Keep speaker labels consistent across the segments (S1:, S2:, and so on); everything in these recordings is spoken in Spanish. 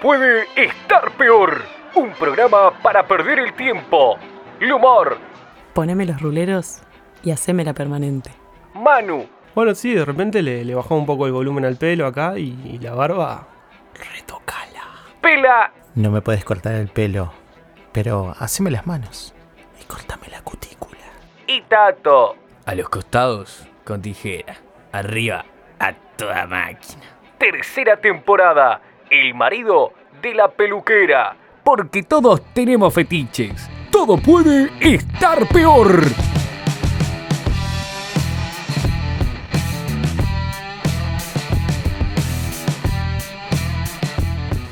S1: puede estar peor. Un programa para perder el tiempo. El humor.
S2: Poneme los ruleros y hacémela permanente.
S1: Manu.
S3: Bueno, sí, de repente le, le bajó un poco el volumen al pelo acá y, y la barba. Retocala.
S1: Pela.
S4: No me puedes cortar el pelo, pero haceme las manos. Y cortame la cutícula.
S1: Y Tato.
S5: A los costados, con tijera. Arriba, a toda máquina.
S1: Tercera temporada. El marido de la peluquera.
S5: Porque todos tenemos fetiches. Todo puede estar peor.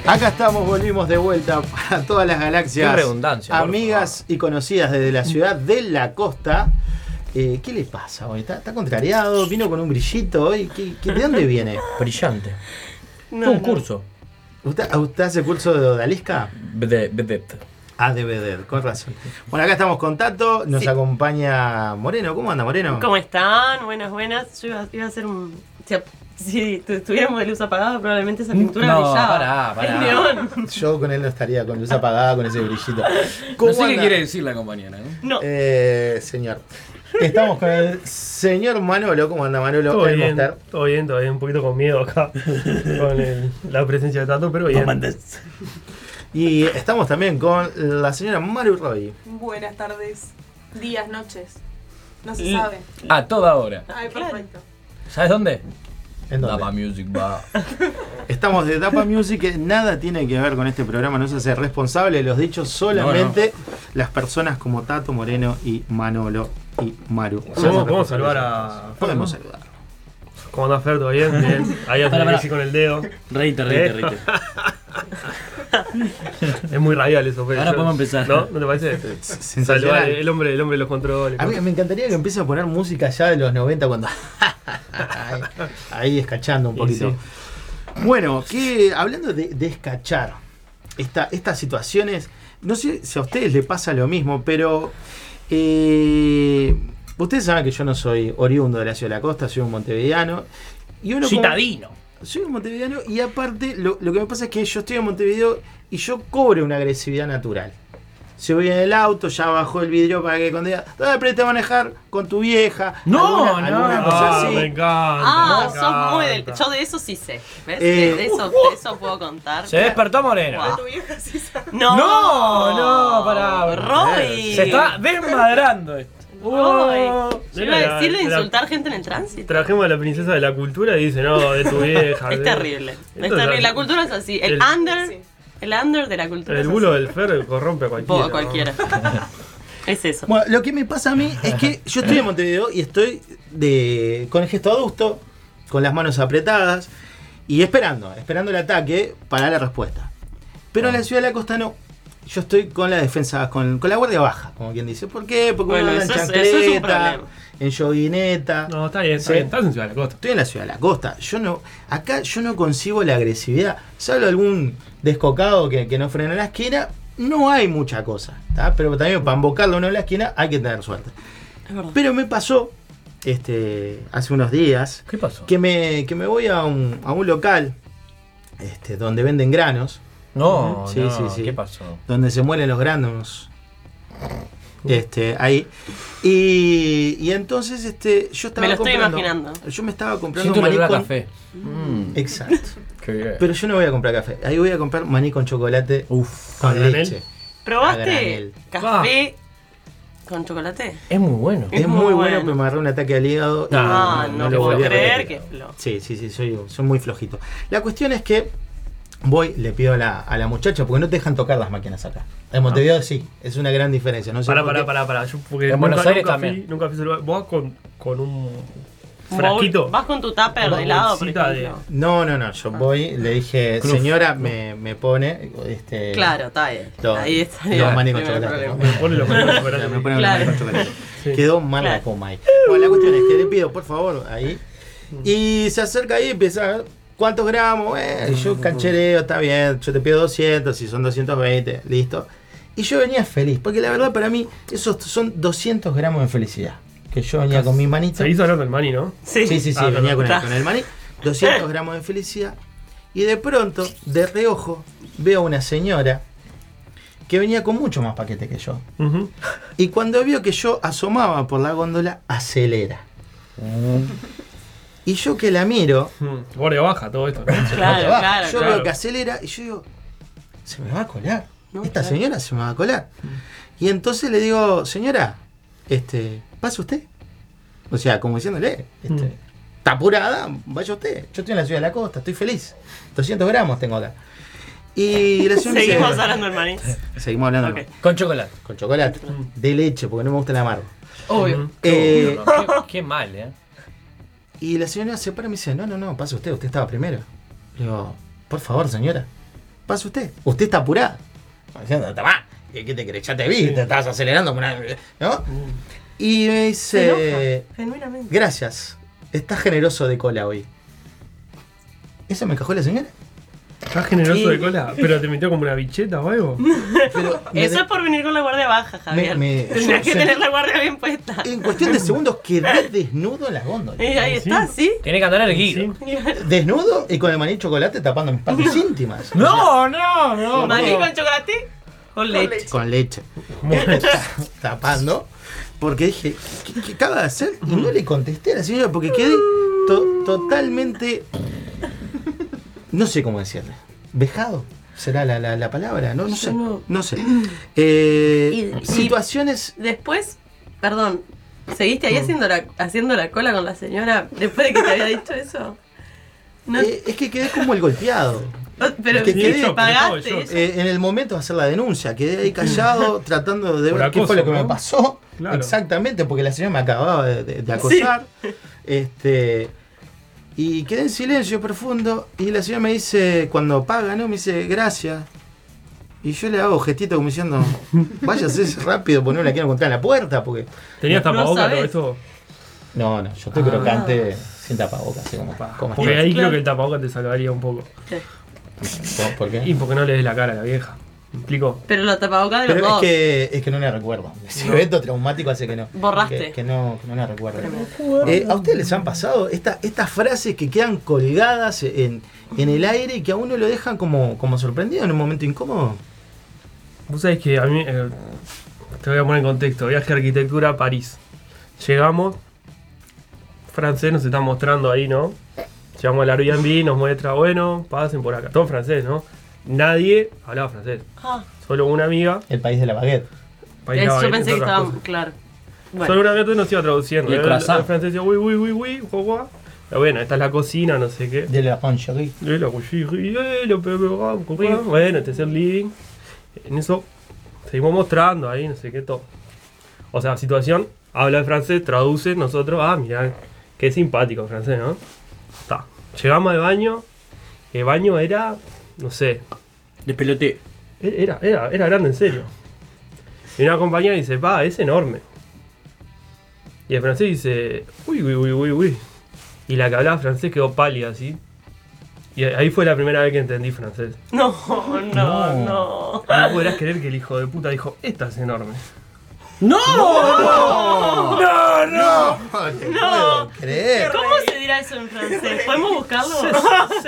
S4: Acá estamos, volvimos de vuelta para todas las galaxias.
S6: Qué redundancia, por
S4: Amigas y conocidas desde la ciudad de la costa. Eh, ¿Qué le pasa hoy? ¿Está, está contrariado? ¿Vino con un brillito hoy? ¿Qué- qué- ¿De dónde viene?
S6: Brillante. Fue un curso.
S4: ¿Usted, usted hace curso de odalisca?
S6: Bede- vedette.
S4: Ah, de Beder, con razón. Bueno, acá estamos con Tato, nos acompaña Moreno. ¿Cómo anda Moreno?
S7: ¿Cómo están? Buenas, buenas. Yo iba, iba a hacer un. o sea, Si, tu- tuviéramos de luz apagada, probablemente esa pintura
S6: Mm, No,
S7: brillaba.
S6: pará, pará.
S7: El neón.
S4: Yo con él no estaría, con luz apagada, con ese brillito.
S6: No sé qué
S4: anda?
S6: quiere decir la compañera. ¿eh?
S7: No.
S4: Eh, señor. Estamos con el señor Manolo. ¿Cómo anda Manolo?
S3: Todo
S4: El
S3: bien,
S4: Mostar.
S3: todo bien, todo bien. Un poquito con miedo acá. con el- la presencia de Tato, pero bien.
S4: Y estamos también con la señora Maru Roy.
S8: Buenas tardes, días, noches. No se sabe.
S6: A toda hora.
S8: Ay, perfecto.
S6: ¿Sabes dónde?
S4: ¿En dónde?
S6: Dapa Music Bar.
S4: Estamos de Tapa Music, que nada tiene que ver con este programa, no se hace responsable de los dichos, solamente las personas como Tato Moreno y Manolo y Maru. Se hacen
S3: ¿Podemos, podemos
S4: responsables
S3: saludar
S4: de
S3: a.
S4: eso. Podemos saludar.
S3: ¿Cómo anda Fer? ¿Todo bien? Bien. Ahí hace
S9: Pará,
S3: que
S9: pará.
S3: sí con el dedo.
S9: Reite, reite, reite.
S3: Es muy radial eso, Fer.
S9: Ahora
S3: Yo-
S9: podemos empezar.
S3: ¿No? ¿No te parece? Saludar el hombre, el hombre de los controles.
S4: A mí me encantaría que empiece a poner música ya de los 90 cuando. ahí, ahí escachando un
S3: Y
S4: poquito.
S3: sí.
S4: Bueno, que, hablando de, de escachar, esta- estas situaciones. No sé si a ustedes les pasa lo mismo, pero. eh, ustedes saben que yo no soy oriundo de la ciudad de la costa, soy un montevideano. Y uno como-
S6: Citadino.
S4: soy un montevideano y aparte lo, lo que me pasa es que yo estoy en Montevideo y yo cobro una agresividad natural. Si voy en el auto, ya bajó el vidrio para que cuando diga, "Ah, aprendiste a manejar con tu vieja.
S6: No,
S4: alguna-
S6: no,
S4: alguna
S6: no,
S4: cosa
S3: Ah,
S4: así.
S3: me encanta.
S7: Ah,
S3: me
S7: sos muy del.
S3: encanta.
S7: Yo de eso sí sé. ¿Ves?
S4: Eh,
S7: de, de
S6: uh,
S7: eso, de eso puedo contar.
S6: Se despertó Moreno.
S7: Wow.
S8: Tu vieja sí sabe.
S7: No,
S6: No, no, pará.
S7: Roy.
S6: Se está desmadrando esto. Oh.
S7: Roy. Yo iba
S3: Era-
S7: a decirle de
S3: era-
S7: insultar gente en el tránsito.
S3: Trajimos a la princesa de la cultura y dice, no, de tu vieja.
S7: Es
S3: de-
S7: terrible. Es
S3: Esto
S7: terrible.
S3: es-
S7: La cultura es así. El,
S3: el-
S7: under.
S8: Sí.
S7: El under de la cultura.
S3: El
S7: es
S3: bulo
S7: así.
S3: del Fer corrompe a cualquiera.
S7: Bo- cualquiera. es eso.
S4: Bueno, lo que me pasa a mí es que yo estoy en Montevideo y estoy de, con el gesto adusto, con las manos apretadas y esperando, esperando el ataque para la respuesta. Pero
S7: Ah.
S4: en la ciudad de la costa no. Yo estoy con la defensa, con, con la guardia baja, como quien dice. ¿Por qué? Porque
S7: Bueno,
S4: uno anda en
S7: eso es- eso es un
S4: chancleta,
S7: problema.
S4: en joguineta.
S3: No, está bien, está bien. Estás en Ciudad de la Costa.
S4: Estoy en la ciudad de la costa. Yo no, acá yo no concibo la agresividad. Salvo algún descocado que, que no frena en la esquina, no hay mucha cosa. ¿tá? Pero también para embocarlo uno en la esquina hay que tener suerte.
S7: Es verdad.
S4: Pero me pasó este, hace unos días
S6: ¿Qué pasó?
S4: que me, que me voy a un, a un local este, donde venden granos,
S6: No,
S4: Sí,
S6: no,
S4: sí, sí.
S6: ¿Qué pasó?
S4: donde se mueren los granos. Este, ahí. Y, y entonces este, yo estaba
S7: Me lo estoy
S4: comprando-
S7: imaginando.
S4: Yo me estaba comprando
S6: Siento el olor a
S4: maní con-
S6: café. Mm,
S4: Exacto.
S6: qué bien.
S4: Pero yo no voy a comprar café. Ahí voy a comprar maní con chocolate
S6: Uf.
S3: ¿a
S4: con
S3: granel?
S4: leche. A
S7: ¿Probaste
S4: Ah, granel.
S7: café con chocolate?
S6: Es muy bueno.
S7: Es
S4: Es muy
S7: muy
S4: bueno,
S7: bueno.
S4: pero me agarró un ataque al hígado. y
S7: Ah, no,
S4: lo
S7: puedo
S4: volví a
S7: creer
S4: repetir.
S7: que flo.
S4: Sí, sí, sí, soy, soy muy flojito. La cuestión es que voy, le pido a la, a la muchacha, porque no te dejan tocar las máquinas acá. En Montevideo sí, es una gran diferencia. No sé
S3: Pará,
S4: por
S3: pará,
S4: qué.
S3: pará, pará. Yo, porque
S6: En
S3: nunca-
S6: Buenos Aires
S3: nunca
S6: también.
S3: Fui, nunca fui a ese lugar. Vos con, con un
S7: Un
S3: frasquito.
S7: bowl- Vas con tu tupper
S3: Una
S7: de helado, por
S3: bolsita de-
S7: ejemplo.
S4: No, no, no, yo voy, le dije,
S6: Cruz.
S4: señora, me, me pone. Este,
S7: Claro, está bien.
S4: Los,
S7: Ahí está.
S4: los maní con
S7: Primer
S4: chocolate.
S7: problema.
S4: ¿no?
S3: Me pone los manos
S4: O sea,
S3: para-
S4: me ponen
S7: Claro.
S4: los maní con chocolate.
S3: Sí.
S4: Quedó mal la
S7: Claro.
S4: coma ahí. Bueno, la cuestión es que le pido, por favor, ahí. Y se acerca ahí y empieza, ¿cuántos gramos? Eh, y yo canchereo, está bien, yo te pido 200, si son 220, listo. Y yo venía feliz, porque la verdad para mí, esos son 200 gramos de felicidad. Que yo venía con mi manito.
S3: Se hizo hablando el maní, ¿no?
S7: Sí,
S4: Sí, sí, sí,
S3: Ah, perdón.
S4: venía con el, con el maní. 200 gramos de felicidad. Y de pronto, de reojo, veo a una señora que venía con mucho más paquete que yo.
S3: Ujú.
S4: Y cuando vio que yo asomaba por la góndola, acelera. Y yo que la miro,
S3: Mm, Guardia baja todo esto. ¿no?
S7: Ah, Claro,
S4: va,
S7: claro,
S4: yo
S7: claro.
S4: veo que acelera y yo digo, se me va a colar.
S7: No,
S4: Esta
S7: claro.
S4: señora se me va a colar. Y entonces le digo, señora, este, ¿pasa usted? O sea, como diciéndole, este,
S3: Mm.
S4: está apurada, vaya usted. Yo estoy en la ciudad de la costa, estoy feliz. 200 gramos tengo acá. Y la señora dice-
S7: Seguimos hablando, hermanos.
S4: Seguimos hablando.
S7: Ok. Mm.
S6: Con chocolate.
S4: Con chocolate. De leche, porque no me gusta el amargo.
S6: Obvio.
S4: Eh,
S6: Mm. Qué, qué mal, ¿eh?
S4: Y la señora se para y me dice, no, no, no, pase usted, usted estaba primero. Le digo, por favor, señora, pase usted, usted está apurada. Como Diciendo, "Tomá, ¿qué qué te crees? Ya te vi, te estabas acelerando. como una- ¿no? Y me
S7: Se
S4: dice,
S7: enoja, genuinamente.
S4: gracias, estás generoso de cola hoy. ¿Eso me encajó la señora?
S3: ¿Estás generoso
S4: Sí.
S3: de cola? ¿Pero te metió como una bicheta o algo?
S4: Pero me
S7: Eso
S4: de-
S7: es por venir con la guardia baja, Javier.
S4: me-
S7: Tendrías
S4: yo
S7: que
S4: sé.
S7: tener la guardia bien puesta.
S4: En cuestión de segundos quedé desnudo en las
S7: Y
S4: góndolas.
S7: ahí está, ¿sí?
S6: Tiene que andar erguido.
S4: Desnudo y con el maní de chocolate tapando mis partes íntimas.
S6: No, no, no.
S7: Maní con chocolate con leche.
S4: Con leche. Tapando. Porque dije, ¿qué, qué acaba de hacer? Y no le contesté a la señora porque quedé to- totalmente. No sé cómo decirle. Vejado. ¿Será la, la- la palabra? No, no sé.
S7: no-
S4: No sé. Eh,
S7: Y- y-
S4: situaciones.
S7: Después, perdón, ¿seguiste ahí haciendo la, haciendo la cola con la señora después de que te había dicho eso? No,
S4: eh, es que quedé como el golpeado.
S7: no, pero
S4: que quede
S7: sí,
S3: shock,
S7: pagaste.
S3: estaba en shock.
S7: eso.
S4: Eh, en el momento de hacer la denuncia, quedé ahí callado, tratando de
S3: Por
S4: ver qué fue
S3: acoso,
S4: lo que me
S3: ¿no?
S4: pasó.
S3: Claro.
S4: Exactamente, porque la señora me acababa de, de- de acosar. Este, y quedé en silencio profundo. Y la señora me dice, cuando paga, ¿no? Me dice, gracias. Y yo le hago gestito como diciendo, váyase rápido, porque no la quiero encontrar en la puerta. Porque.
S3: ¿Tenías
S7: No
S3: tapabocas
S7: sabes.
S3: todo esto?
S4: No, no, yo estoy crocante sin tapabocas, así como, como
S3: Ah. Porque
S4: estoy.
S3: ahí creo
S7: Claro.
S3: que el tapabocas te salvaría un poco.
S4: ¿Por- por qué?
S3: Y porque no le des la cara a la vieja. ¿Me explico?
S7: Pero la tapabocas de los
S4: Pero es
S7: dos.
S4: que, es que no la recuerdo. Ese evento traumático hace que no.
S7: Borraste.
S4: Que, que no, que no la recuerdo.
S7: Tremendo.
S4: Eh, ¿A ustedes les han pasado esta- estas frases que quedan colgadas en, en el aire y que a uno lo dejan como, como sorprendido en un momento incómodo?
S3: Vos sabés que a mí. eh, te voy a poner en contexto. Viaje a arquitectura a París. Llegamos. Francés nos está mostrando ahí, ¿no? Llegamos al Airbnb, nos muestra, bueno, pasen por acá. Todo en francés, ¿no? Nadie hablaba francés.
S7: Ah,
S3: Solo una amiga.
S4: El país de la baguette.
S3: para ir
S7: eso
S3: a
S7: yo
S3: Bahrein,
S7: pensé que
S3: entre otras
S7: estaba.
S3: cosas.
S7: Claro.
S3: Solo
S7: Bueno,
S3: una amiga nos iba traduciendo.
S6: Y el
S3: El,
S6: croissant.
S3: el francés decía, uy, uy, uy, uy, guau, guau. Pero Bueno, esta es la cocina, no sé qué.
S4: De la Pancherie.
S3: Eh, la cuchilla, eh, la pe- pe- pa- pa- pa. Bueno, este es el living. En eso seguimos mostrando ahí, no sé qué todo. O sea, situación, habla el francés, traduce, nosotros, ah, mirá, qué simpático el francés, ¿no? Está. Llegamos al baño, el baño era, no sé,
S6: De pelote.
S3: e- era, era, era grande en serio. Y una compañera dice, pa, es enorme. Y el francés dice, uy, uy, uy, uy, uy. Y la que hablaba francés quedó pálida así. Y ahí fue la primera vez que entendí francés.
S7: no, no, no.
S3: No podrás creer que el hijo de puta dijo, esta es enorme.
S6: ¡No!
S4: No, puedo creer.
S7: ¿Cómo se dirá eso en francés? ¿Podemos buscarlo?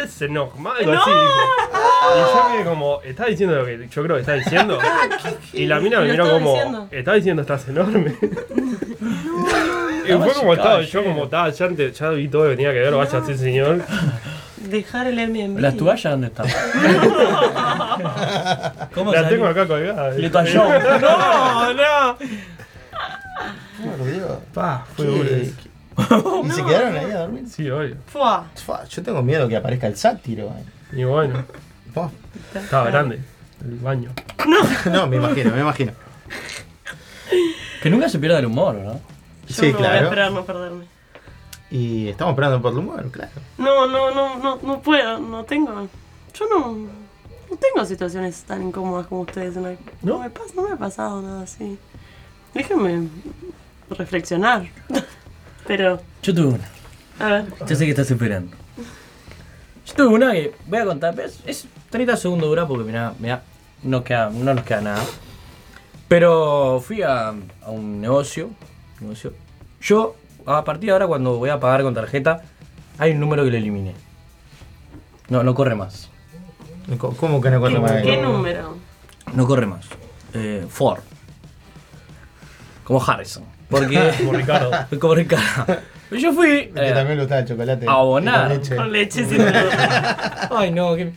S3: Es enorme, algo así dijo. Y yo me como, ¿estás diciendo lo que yo creo que está diciendo? Y la mina me
S7: Lo
S3: miró
S7: estaba
S3: como,
S7: diciendo.
S3: ¿estás diciendo estás enorme? Y fue como estaba, yo como estaba, ya, ante- ya vi todo lo que tenía que ver, vaya así señor.
S7: Dejar el Airbnb.
S6: ¿Las toallas dónde están? ¿Cómo
S3: La
S6: salió?
S3: tengo acá colgada.
S6: Le talló.
S3: No, no.
S4: Por Dios.
S3: Pa, fue duro
S4: ¿Qué-
S3: eso.
S4: qué- ¿Y se quedaron ahí a dormir?
S3: Sí, obvio.
S7: Fua.
S4: Fua, Yo tengo miedo que aparezca el sátiro. eh.
S3: Y bueno,
S4: Fua.
S3: estaba grande el baño.
S4: No, me imagino, me imagino.
S6: Que nunca se pierda el humor, ¿no?
S7: Yo
S4: Sí,
S7: no voy a
S4: claro.
S7: esperar no perderme.
S4: Y estamos esperando por el humor, claro.
S7: No, no, no, no, no puedo, no tengo. Yo no, no tengo situaciones tan incómodas como ustedes. No, no me, pas- no me ha pasado nada así. Déjenme reflexionar. Pero,
S6: Yo tuve una.
S7: a ver,
S6: Yo sé que estás esperando. Yo tuve una que voy a contar. Es, es 30 segundos dura porque mirá, mirá, no, queda, no nos queda nada. Pero fui a, a un negocio, negocio. Yo, a partir de ahora, cuando voy a pagar con tarjeta, hay un número que lo eliminé. No, no corre más.
S4: ¿Cómo que no
S7: ¿Qué,
S4: cuento más?
S7: qué número?
S6: No corre más. Eh, Ford. Como Harrison. Porque.
S3: Como Ricardo.
S6: como Ricardo. Yo fui.
S4: Que
S6: eh,
S4: también le gusta el chocolate.
S6: abonar.
S4: Con leche.
S7: Con leche sin duda.
S6: Ay, no. Que...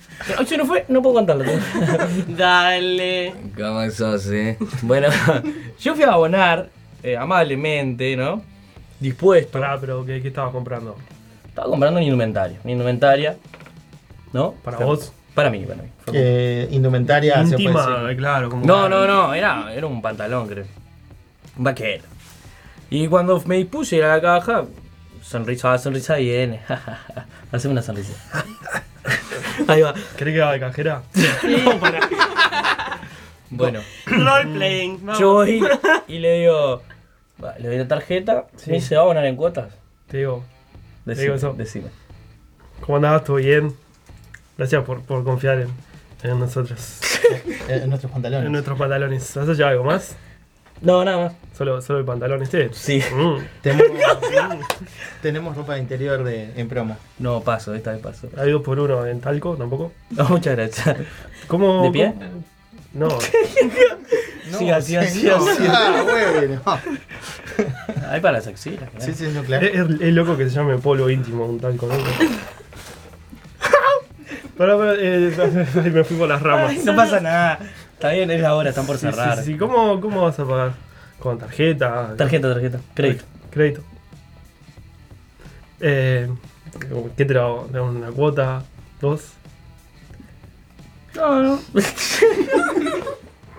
S6: Yo no fue, no puedo contarlo.
S7: Dale.
S6: ¿Cómo sos, eh? Bueno, yo fui a abonar eh, amablemente, ¿no? Dispuesto.
S3: Pará, pero ¿qué, qué estabas comprando?
S6: Estaba comprando un indumentario. Una indumentaria. ¿no?
S3: ¿Para
S6: Pero-
S3: vos?
S6: Para mí, para mí. Fue-
S4: Eh, indumentaria se puede
S3: Íntima,
S4: decir.
S3: claro. Como
S6: No, no, no, era, era un pantalón, creo. Un vaquero. Y cuando me dispuse a ir a la caja, sonrisa, ah, sonrisa viene. Haceme una sonrisa. Ahí va.
S3: ¿Querés que haga de cajera?
S6: Bueno,
S7: Roleplaying. vamos.
S6: yo voy y le digo, va, le doy la tarjeta,
S3: Sí.
S6: me dice, ¿va a abonar en cuotas?
S3: Te digo,
S6: Decime,
S3: digo eso.
S6: decime.
S3: ¿cómo andabas? ¿Todo bien? Gracias por, por confiar en, en nosotros,
S4: Eh, en nuestros
S3: en
S4: pantalones.
S3: nuestros pantalones. ¿Has hecho algo más?
S6: No, nada más.
S3: Solo, solo el pantalón este.
S6: Sí.
S3: Mm,
S4: Tenemos, tenemos ropa de interior de, en promo.
S6: No, paso, esta vez paso.
S3: hay dos por uno en talco, tampoco.
S6: No, muchas gracias.
S3: ¿Cómo?
S6: ¿De pie?
S3: cómo- No,
S6: siga, siga, siga,
S4: No,
S6: siga.
S4: ah, bueno.
S6: Ahí para las axilas. claro.
S4: Sí, sí, no, claro.
S3: es, es- es loco que se llame polo íntimo un talco. ¿no? Pará, pará, eh, ay, me fui por las ramas.
S6: Ay, no pasa nada. Está bien, es la hora, están por
S3: Sí, sí,
S6: cerrar.
S3: sí, sí. ¿Cómo, ¿Cómo vas a pagar? ¿Con tarjeta?
S6: Tarjeta, tarjeta. Crédito.
S3: Crédito. Eh, ¿Qué te lo hago? ¿Te hago ¿Una cuota? ¿Dos?
S6: No, no.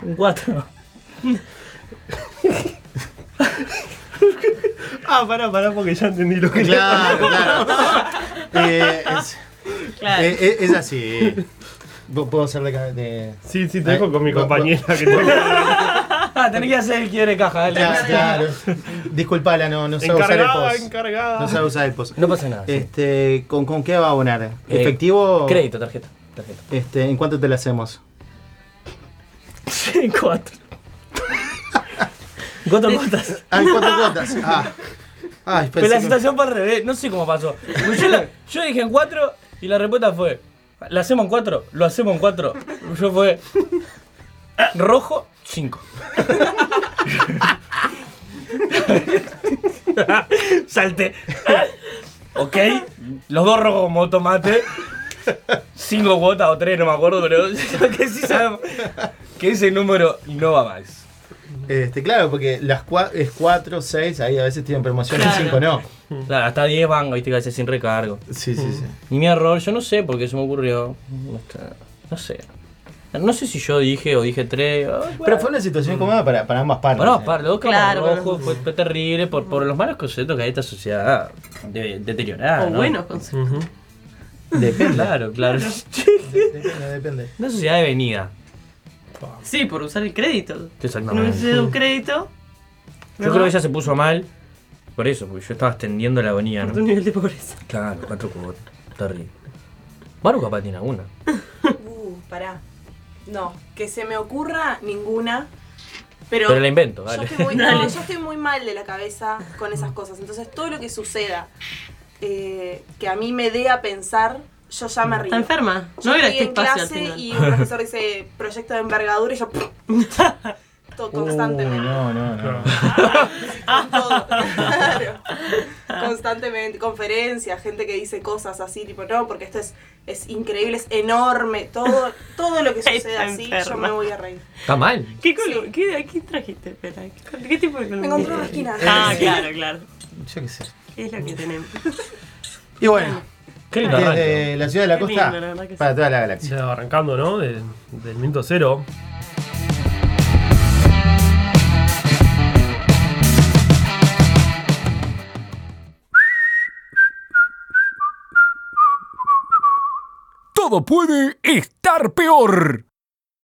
S6: Un cuatro.
S3: Ah, pará, pará, porque ya entendí lo que
S4: Claro, claro. Eh, es,
S7: Claro.
S4: eh, eh, es así. Pu- Puedo ser de, ca- de-
S3: Sí, sí, te dejo con mi
S4: Ay, va- va-
S3: compañera que tengo
S6: Ah, tenés que hacer el quiebre de caja, dale.
S4: Claro, claro. Disculpala, no, no sabe usar el
S3: encargada,
S4: post.
S3: encargada.
S4: No Eh, sabe usar el post.
S6: No pasa nada. sí. Eh,
S4: Este, ¿con, ¿Con qué va a abonar? ¿Efectivo?
S6: Crédito, tarjeta. Tarjeta.
S4: Este, ¿En cuánto te la hacemos?
S6: cuatro. Cuatro cuotas.
S4: Ah, en cuatro cuotas. Ah, Ay, pensé
S6: Pero la
S4: que-
S6: situación fue al revés, no sé cómo pasó. Pues Yo, la- yo dije en cuatro y la respuesta fue: ¿La hacemos en cuatro? Lo hacemos en cuatro. Yo fue: Rojo, cinco. Salté. ok, los dos rojos como tomate. Cinco cuotas o tres, no me acuerdo, pero que sí sabemos que ese número no va más.
S4: Este, claro, porque las 4, 6, ahí a veces tienen promociones,
S7: Claro.
S4: 5 no.
S6: Claro, hasta 10 van, viste, que hace sin recargo.
S4: Sí,
S6: Mm.
S4: sí, sí.
S6: Y mi error, yo no sé por qué se me ocurrió. No está- No sé. No sé si yo dije o dije tres. ah, bueno.
S4: Pero fue una situación cómoda para, para ambas partes.
S6: Bueno,
S4: ¿eh?
S6: para los dos
S7: Claro,
S6: claro,
S7: para
S6: rojos fue, fue terrible por, por los malos conceptos que hay en esta sociedad de- deteriorada.
S7: o
S6: Ah, ¿no?
S7: buenos consejos.
S3: Ujú.
S4: Depende,
S6: Claro, claro.
S4: depende, depende.
S6: Una sociedad de venida.
S7: Sí, por usar el crédito. No
S6: Exactamente.
S7: usé un crédito.
S6: Yo creo que ella se puso mal por eso, porque yo estaba extendiendo la agonía,
S7: Por tu
S6: ¿no?
S7: nivel de pobreza.
S6: Claro, cuatro cubos. Terrible. Maru capaz tiene alguna.
S8: Uh, pará. No, que se me ocurra ninguna. Pero,
S6: Pero la invento,
S8: yo,
S6: dale.
S8: estoy muy, no,
S7: Dale.
S8: yo estoy muy mal de la cabeza con esas cosas. Entonces, todo lo que suceda eh, que a mí me dé a pensar, yo ya me río.
S7: Está enferma.
S8: Yo
S7: No era
S8: estoy
S7: este
S8: en
S7: espacio al
S8: clase
S7: final.
S8: y un profesor dice proyecto de envergadura y yo. todo constantemente.
S4: No, no, no.
S8: con todo. Claro. Constantemente, conferencias, gente que dice cosas así, tipo, no, porque esto es, es increíble, es enorme, todo, todo lo que
S7: Está
S8: suceda así, yo
S7: enferma.
S8: me voy a reír.
S6: Está mal.
S7: ¿Qué, colo- qué, a quién trajiste? Espera, ¿qué, qué tipo de columna?
S8: Me encontré una esquina.
S7: Ah, claro, claro.
S4: Yo qué sé.
S7: ¿Qué es lo que tenemos?
S4: Y bueno,
S6: Qué lindo arranque.
S4: desde la ciudad de la
S7: Qué
S4: costa
S7: lindo, la verdad que sí.
S4: para toda la galaxia.
S3: Ya arrancando, ¿no? De- del minuto cero.
S1: Todo puede estar peor.